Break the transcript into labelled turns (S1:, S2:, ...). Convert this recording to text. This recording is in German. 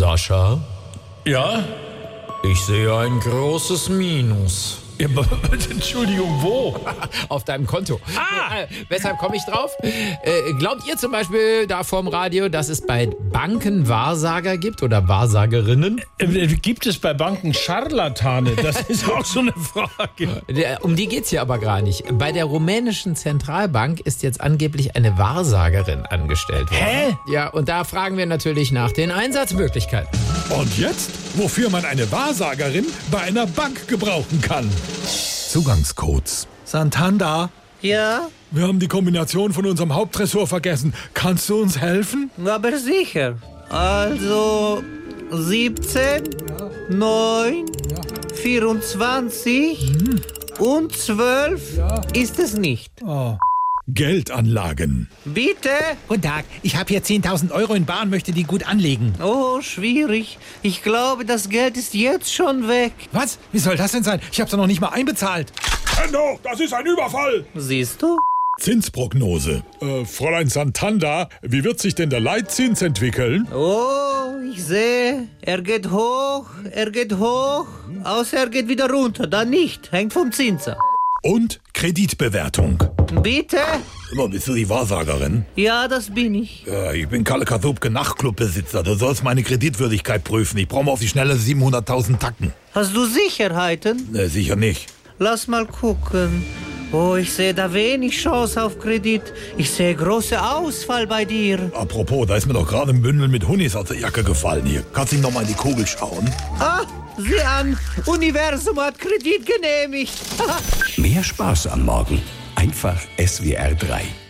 S1: Sascha,
S2: Ja?
S1: ich sehe ein großes Minus.
S2: ja aber- Entschuldigung, wo?
S1: Auf deinem Konto. Ah! Äh, weshalb komme ich drauf? Äh, glaubt ihr zum Beispiel da vorm Radio, dass es bei Banken Wahrsager gibt oder Wahrsagerinnen,
S2: Äh, Gibt es bei Banken Scharlatane? Das ist auch so eine Frage.
S1: Der- Um die geht's hier aber gar nicht. Bei der rumänischen Zentralbank ist jetzt angeblich eine Wahrsagerin angestellt worden.
S2: Hä?
S1: Ja, und da fragen wir natürlich nach den Einsatzmöglichkeiten.
S3: Und jetzt, wofür man eine Wahrsagerin bei einer Bank gebrauchen kann. Zugangscodes. Santander,
S4: Ja,
S3: wir haben die Kombination von unserem Hauptressort vergessen. Kannst du uns helfen?
S4: aber sicher. Also 17, 9, 24 und 12 ist es nicht.
S3: Geldanlagen.
S4: Bitte?
S5: Guten Tag, ich habe hier 10.000 Euro in Bar und möchte die gut anlegen.
S4: Oh, schwierig. Ich glaube, das Geld ist jetzt schon weg.
S5: Was? Wie soll das denn sein? Ich habe es noch nicht mal einbezahlt.
S3: Endo, das ist ein Überfall!
S4: Siehst du?
S3: Zinsprognose. Äh, Fräulein Santander, wie wird sich denn der Leitzins entwickeln?
S4: Oh, ich sehe. Er geht hoch, er geht hoch. Außer er geht wieder runter. Dann nicht. Hängt vom Zins ab.
S3: Und Kreditbewertung.
S4: Bitte?
S3: Immer bist du die Wahrsagerin?
S4: Ja, das bin ich.
S3: Ja, ich bin Kalle Kasubke, Nachtclubbesitzer. Du sollst meine Kreditwürdigkeit prüfen. Ich brauche mal auf die Schnelle 700.000 Tacken.
S4: Hast du Sicherheiten?
S3: Ne, sicher nicht.
S4: Lass mal gucken. Oh, ich sehe da wenig Chance auf Kredit. Ich sehe große Ausfall bei dir.
S3: Apropos, da ist mir doch gerade ein Bündel mit Hunis aus der Jacke gefallen hier. Kannst du ihm noch mal in die Kugel schauen?
S4: Ah, sieh an. Universum hat Kredit genehmigt.
S6: Mehr Spaß am Morgen. Einfach SWR 3.